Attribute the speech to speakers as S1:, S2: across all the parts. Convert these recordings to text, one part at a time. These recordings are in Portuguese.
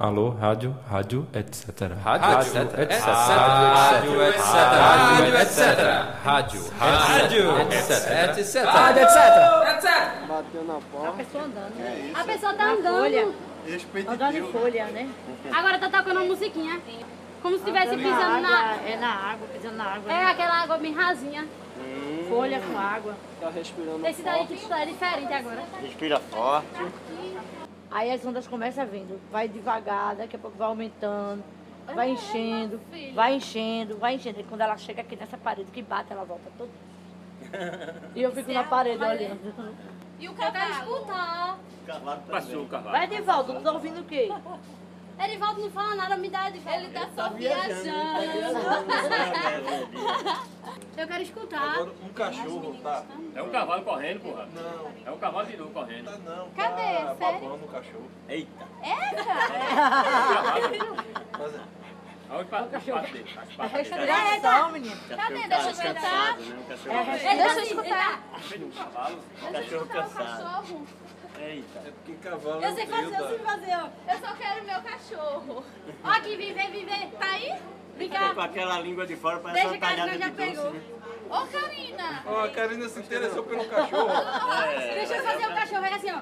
S1: Alô, rádio, rádio, etc.
S2: Rádio,
S1: Rádio,
S2: etc.
S1: etc.
S2: Rádio, etc. Rádio, etc. Rádio,
S1: Rádio,
S2: etc. etc.
S3: Bateu na
S4: A
S3: porta.
S4: pessoa andando. né?
S3: isso.
S4: A pessoa tá andando.
S5: folha.
S3: Respeite
S5: Rodando em
S3: Deus.
S5: folha, né?
S4: Agora tá tocando uma musiquinha. Como se estivesse
S5: Pisando
S4: pisando
S5: na
S4: na.
S5: água, é na água, pisando na água.
S4: É
S5: né?
S4: aquela água bem rasinha.
S5: Folha com água.
S3: Tá respirando
S4: Esse daí que tá diferente agora.
S3: Respira forte.
S5: Aí as ondas começam vindo, vai devagar, daqui a pouco vai aumentando, vai enchendo, vai enchendo, vai enchendo. E quando ela chega aqui nessa parede que bate, ela volta toda. E eu fico na parede
S6: Tá
S5: olhando.
S4: E o cavalo? Eu quero escutar.
S5: Vai de volta, tu tá ouvindo o quê?
S4: Erivaldo não fala nada, me dá de Ele tá só viajando. Eu quero escutar.
S7: Um cachorro tá.
S8: É um cavalo correndo, porra. Não. É um cavalo de novo correndo.
S7: Tá não.
S4: Cadê?
S7: Tá
S4: é Sério?
S7: babando o cachorro.
S8: Olha os pa- os passos dele. os
S5: É
S8: passos dele.
S5: respiração, menina.
S4: Cadê? Deixa eu escutar.
S6: né?
S5: É
S4: Ele
S5: respiração.
S4: deixa eu escutar.
S8: Um cavalo.
S4: Cachorro
S5: Tá.
S4: cansado.
S7: É porque cavalo é
S4: Eu
S7: um
S4: sei assim, fazer, eu sei
S7: trio, tá?
S4: fazer, ó. Eu só quero meu cachorro. Ó, aqui, vem, vem, vem, vem. Tá aí? Vem cá.
S6: Com aquela língua de fora parece uma
S4: Desde que a
S6: talhada
S4: Karina já
S6: de
S4: pegou.
S6: doce. né?
S4: Ô, Karina!
S7: Ó, Ah, a Karina
S4: assim.
S7: se interessou pelo cachorro.
S5: Ah.
S4: Deixa eu fazer o cachorro, é assim, ó.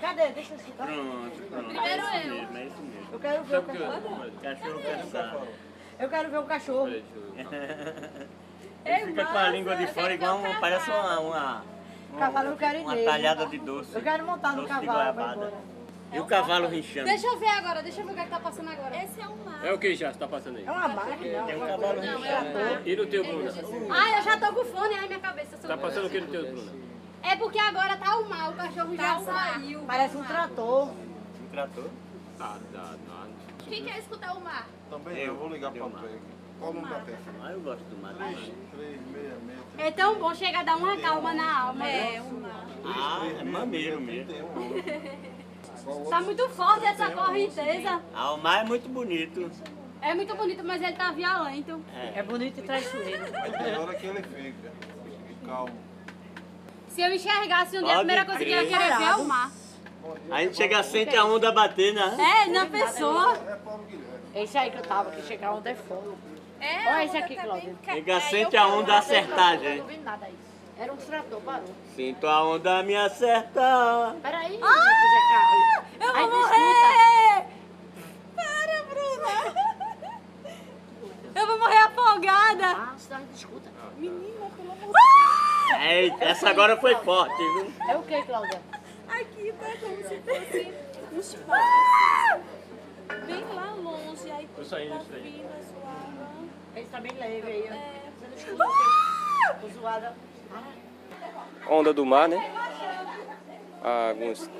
S5: Cadê? Deixa eu escutar.
S6: Pronto, pronto.
S4: Primeiro
S6: é isso
S4: eu.
S6: mesmo, é isso mesmo.
S5: Eu quero ver o cachorro.
S6: Cachorro cansado.
S5: Eu quero ver o cachorro.
S6: Ele fica com a língua de fora igual uma, parece uma, uma,
S5: Cavalo eu quero ir
S6: uma
S5: nele.
S6: talhada de doce.
S5: Eu quero montar no
S6: doce de
S5: cavalo, vai
S6: goiabada.
S5: embora.
S6: E o cavalo rinchando.
S4: Deixa eu ver agora, deixa eu ver o que é que tá passando agora. Esse é um mar.
S8: É o que já está passando aí.
S5: É uma máquina,
S6: Tem um
S5: uma
S6: cavalo
S5: coisa.
S6: rinchando.
S8: E no teu, Bruna?
S4: Ai, Ah, eu já tô com fone, ai, minha cabeça.
S8: Tá passando o que no teu, Bruna?
S4: É porque agora tá o mar, o cachorro já saiu.
S5: Parece um trator.
S6: Um trator.
S8: Tá, tá, tá.
S4: Quem quer escutar o mar?
S7: Também eu, vou ligar pra tu aí. Qual o número da peça?
S6: Ah, eu gosto do mato.
S7: 366.
S4: É tão bom, chega a dar uma calma na alma. É, o mar.
S6: Ah, é maneiro mesmo.
S4: Tá muito forte essa
S8: um
S4: correnteza.
S6: Ah, o mar é muito bonito.
S4: É muito bonito, mas ele tá violento.
S5: É bonito e traiçoeiro.
S7: Mas tem hora que ele fica. fica Calmo.
S4: Se eu enxergasse um dia, a
S6: Pode
S4: primeira coisa que eu ia
S6: crer.
S4: querer ver é o mar.
S6: Aí gente
S5: É.
S6: chega, sente a onda bater, né?
S4: É, na pessoa.
S5: Esse aí que eu tava, que chegar onde é fogo.
S4: É,
S5: Olha esse aqui, Cláudia.
S6: Chega, sente a onda acertar, gente.
S5: vi nada aí. Era um trator, parou.
S6: Sinto a onda me acertar.
S5: Peraí, ah, Zé Carlos.
S4: Ah! Eu
S5: Aí
S4: vou
S5: tu
S4: morrer! Para, Bruna! Eu vou morrer afogada!
S5: Ah, senão a gente escuta.
S4: Ah!
S6: Eita, É, essa agora foi forte, viu?
S5: É o que, Cláudia?
S4: Aqui tá como se fosse uns passos. Bem lá longe, aí tá
S8: Tô saindo disso daí.
S4: vindo a sua água.
S5: Ele tá bem leve aí. ó. Você não escuta
S9: Ah!
S5: o quê? Tô zoada.
S10: onda do mar, né? Alguns,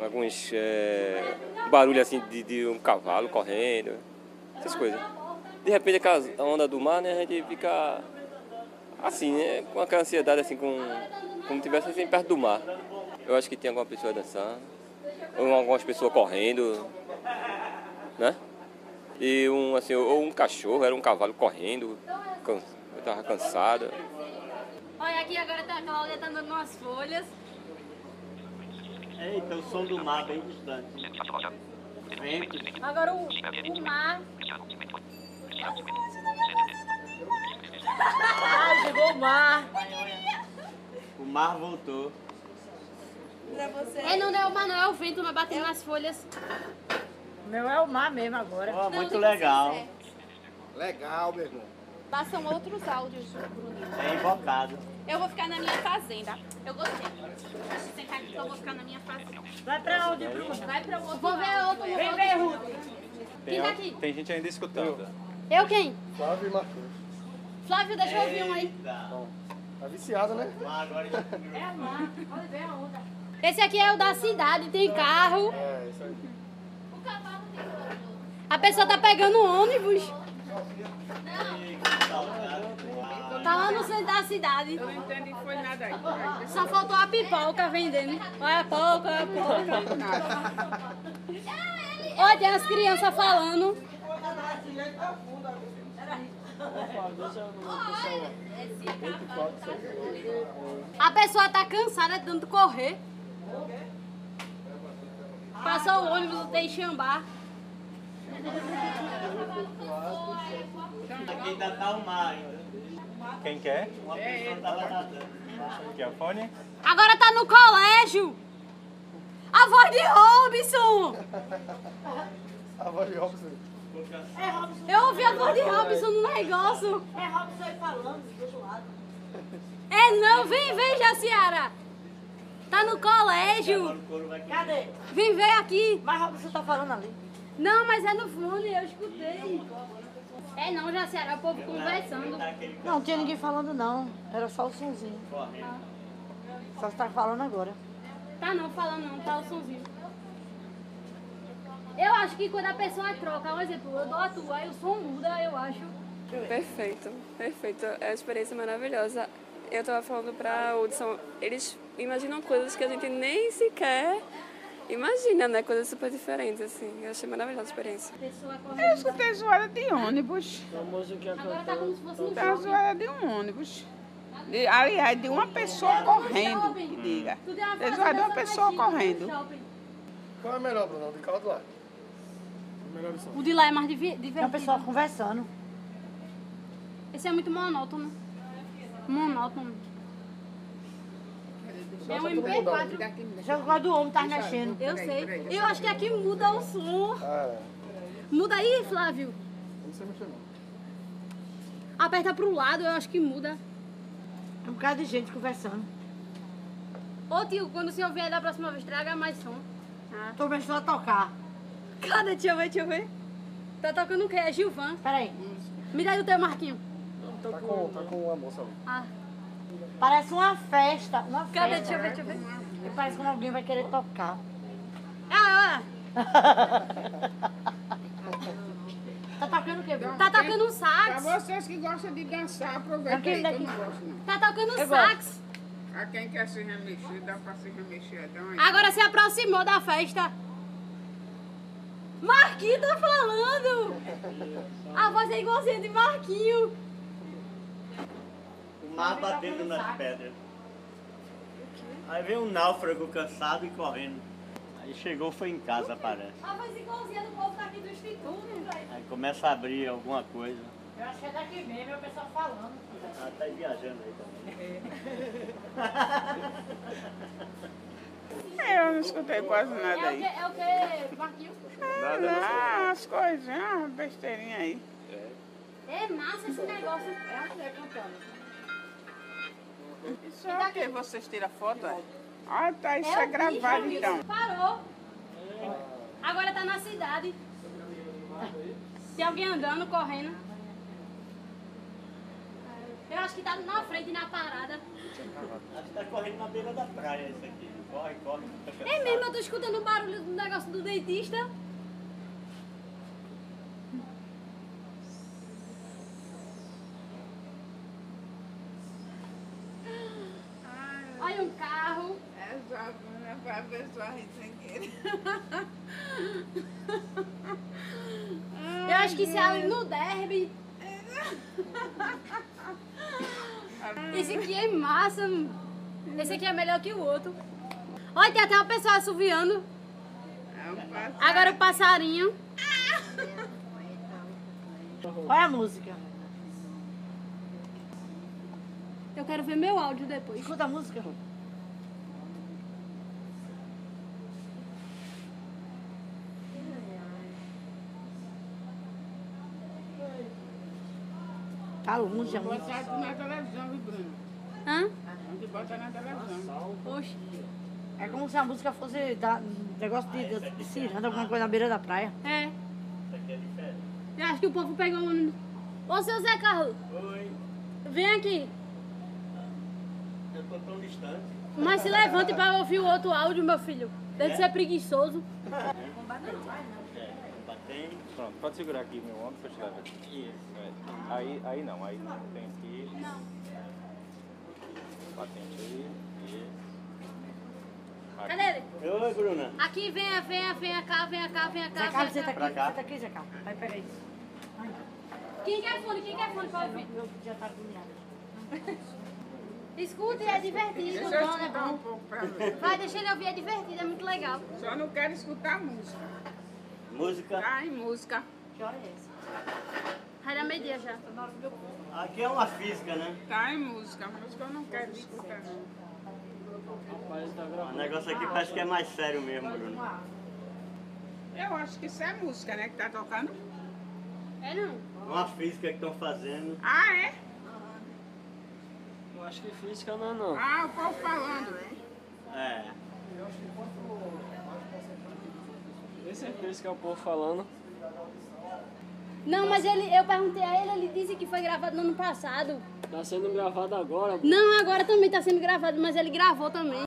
S10: alguns eh, barulho assim de, de um cavalo correndo, essas coisas. De repente aquela onda do mar, né? A gente fica assim, né? Com aquela ansiedade assim, com, como tivesse assim perto do mar. Eu acho que tem alguma pessoa dançando, ou algumas pessoas correndo, né? E um assim, ou um cachorro, era um cavalo correndo, can- eu tava cansado.
S4: Olha, aqui agora tá a Cláudia tá andando umas folhas.
S6: Eita, o som do mar bem distante. Vento.
S4: Agora o, o mar.
S5: Ah, chegou o mar.
S6: O mar voltou.
S4: É, não é o mar, não é o vento, mas batendo nas folhas.
S5: O meu é o mar mesmo agora.
S6: Ó, muito legal.
S3: Legal, meu irmão.
S4: Passam outros áudios, Bruno.
S6: É invocado.
S4: Eu vou ficar na minha fazenda. Eu gostei. Deixa eu sentar aqui que eu vou ficar na minha fazenda.
S5: Vai pra onde, Bruna?
S4: Vai pra outro. Vou ver outro.
S5: Vem ver, Ruth.
S4: Quem tá aqui?
S7: Tem gente ainda escutando.
S4: Eu quem?
S3: Flávio e Marcos.
S4: Flávio, deixa eu ouvir um aí.
S3: Tá viciado, né?
S6: Ah, agora
S4: É Esse aqui é o da cidade, tem carro.
S3: É, isso aí.
S4: A pessoa tá pegando ônibus. Tá lá no centro da cidade. Eu não entendi foi nada aí. Só faltou a pipoca vendendo. Olha a pipoca, olha a pipoca. Olha, tem as crianças falando. A pessoa tá cansada de tanto correr. Passou o ônibus do Teixambá.
S6: Aqui ainda tá o mar ainda.
S11: Quem quer?
S6: Uma pessoa tava nadando.
S11: Quer é o fone?
S4: Agora tá no colégio. A voz de Robson.
S3: A voz de Robson.
S9: É Robson.
S4: Eu ouvi a voz de Robson no negócio.
S9: É Robson aí falando do outro lado.
S4: É não, vem, vem, Jaciara. Tá no colégio.
S9: Cadê?
S4: Vem ver aqui.
S5: Mas Robson tá falando ali.
S4: Não, mas é no fone, eu escutei. É não, Jaciara, é o povo conversando.
S5: Não, não tinha ninguém falando não. Era só o sonzinho. Só você tá falando agora.
S4: Tá não falando não, tá o sonzinho. Eu acho que quando a pessoa troca, um exemplo, eu dou a tua, aí o som muda, eu acho.
S12: Perfeito, perfeito. É uma experiência maravilhosa. Eu estava falando para Hudson, eles imaginam coisas que a gente nem sequer imagina, né? Coisas super diferentes, assim. Eu achei maravilhosa a experiência.
S13: Eu escutei zoada de ônibus.
S4: Agora tá como se fosse um
S13: Tá
S4: jogo.
S13: zoada de um ônibus. De- aliás, de uma pessoa correndo, que diga.
S4: Tu deu uma
S13: Tá
S4: fase
S13: zoada de uma
S4: dessa
S13: pessoa
S4: tadinha no
S13: correndo.
S4: shopping.
S3: Qual é melhor, Bruno? O de cá ou do lá? Melhor opção.
S4: O de lá é mais divi- divertido.
S5: Tem uma pessoa conversando.
S4: Esse é muito monótono. Monótono. É um MP4.
S5: Já gosto do homem, tá mexendo.
S4: Eu sei. Eu acho que aqui muda o som. Muda aí, Flávio.
S3: Ah, é. Não sei mexer não.
S4: Aperta pro lado, eu acho que muda.
S5: Um bocado de gente conversando.
S4: Ô tio, quando o senhor vier da próxima vez, traga mais som. Ah.
S5: Tô começando a tocar.
S4: Cadê? Deixa eu ver, deixa eu ver. Tá tocando o quê? É Gilvan?
S5: Peraí.
S4: Me dá aí o teu marquinho.
S3: Tá com, tá com a moça ali.
S4: Ah.
S5: Parece uma festa. Uma festa.
S4: Cadê? Deixa eu ver, deixa eu ver. É,
S5: E parece que alguém vai querer tocar.
S4: Ah,
S5: Tá tocando o quê, Bruno?
S4: Tá tocando um sax.
S13: Pra vocês que gostam de dançar, aproveita
S5: Aquele
S13: aí, que eu
S5: daqui.
S13: não gosto não.
S4: Tá tocando
S3: É
S13: Eu
S4: sax.
S13: A quem quer se remexer, dá pra se remexer, é dá uma...
S4: Agora se aproximou da festa. Marquinho tá falando! A voz é igualzinha de Marquinho.
S6: O mar
S4: tá
S6: batendo nas pedras. Aí veio um náufrago cansado e correndo. Aí chegou, foi em casa, parece.
S4: A voz igualzinha do povo daqui do Instituto, velho.
S6: Aí começa a abrir alguma coisa.
S5: Eu acho que é daqui mesmo, é o pessoal falando.
S6: Ela tá viajando aí também.
S13: Eu não escutei quase nada
S4: É o
S13: aí.
S4: que, é o que, Marquinho?
S13: Ah, não, as coisas, ah, besteirinha aí.
S4: É massa esse negócio. é
S13: Isso é o que vocês tiram foto? é? Ah, tá, isso é gravado
S4: bicho,
S13: então.
S4: bicho, Parou. Agora tá na cidade. Tem alguém andando, correndo. Eu acho que tá na frente, na parada.
S6: Acho que tá correndo na beira da praia isso aqui. Corre, corre. tá cansado.
S4: É mesmo, eu tô escutando o barulho do negócio do dentista. Olha um carro.
S13: É jovem, pra pessoa rir sem querer.
S4: Eu acho que isso é ali no derby. Esse aqui é massa. mano. Esse aqui é melhor que o outro. Olha, tem até uma pessoa assoviando.
S13: É
S4: Agora o passarinho.
S5: Olha é a música.
S4: Eu quero ver meu áudio depois.
S5: Escuta a música. Tá longe a música.
S13: Bota na televisão, viu, Bruno?
S4: Hã?
S13: Onde bota na televisão.
S4: Oxe.
S5: É como se a música fosse da, negócio de, de, de ciranda, alguma coisa na beira da praia.
S4: É. Eu acho que o povo pegou um. Ô seu Zé Carlos,
S6: Oi,
S4: vem aqui.
S6: eu tô tão distante.
S4: Mas se levante pra ouvir o outro áudio, meu filho.
S6: É?
S4: Deve ser preguiçoso.
S6: Batei.
S11: Pronto, pode segurar aqui meu ombro pra eu te levar. Isso. Aí, aí não, aí não. Tem aqui. Patente aí. Isso. Aqui.
S4: Cadê ele?
S6: Oi, Bruna.
S4: Aqui, venha, venha, venha cá, venha cá, venha cá.
S5: Tá, Zé Carlos,
S4: venha
S5: senta
S13: tá-
S4: cá.
S5: aqui, senta aqui, Zé Carlos. Vai, pega isso.
S4: Quem quer fone? Quem quer fone? Pode vir.
S5: Meu já tá agoniado.
S4: Escute, é divertido.
S13: Deixa eu
S4: Bom, é
S13: escutar um
S4: bom.
S13: pouco pra ver.
S4: Vai, deixa ele ouvir, é divertido, é muito legal.
S13: Só não quero escutar música.
S6: Música.
S13: Ai, música.
S4: Que hora é essa? Vai dar meio-dia já.
S6: Aqui é uma física, né?
S13: Ai, tá música. Música eu não quero escutar.
S6: O negócio aqui parece que é mais sério mesmo, Bruno.
S13: Eu acho que isso é música, né? Que tá tocando.
S4: É não.
S6: Uma física que estão fazendo.
S13: Ah, é?
S14: Eu acho que física não é não.
S13: Ah, o povo falando. né?
S6: É.
S14: Tem certeza que é o povo falando.
S4: Não, mas ele, eu perguntei a ele, ele disse que foi gravado no ano passado.
S14: Tá sendo gravado agora.
S4: Não, agora também tá sendo gravado, mas ele gravou também.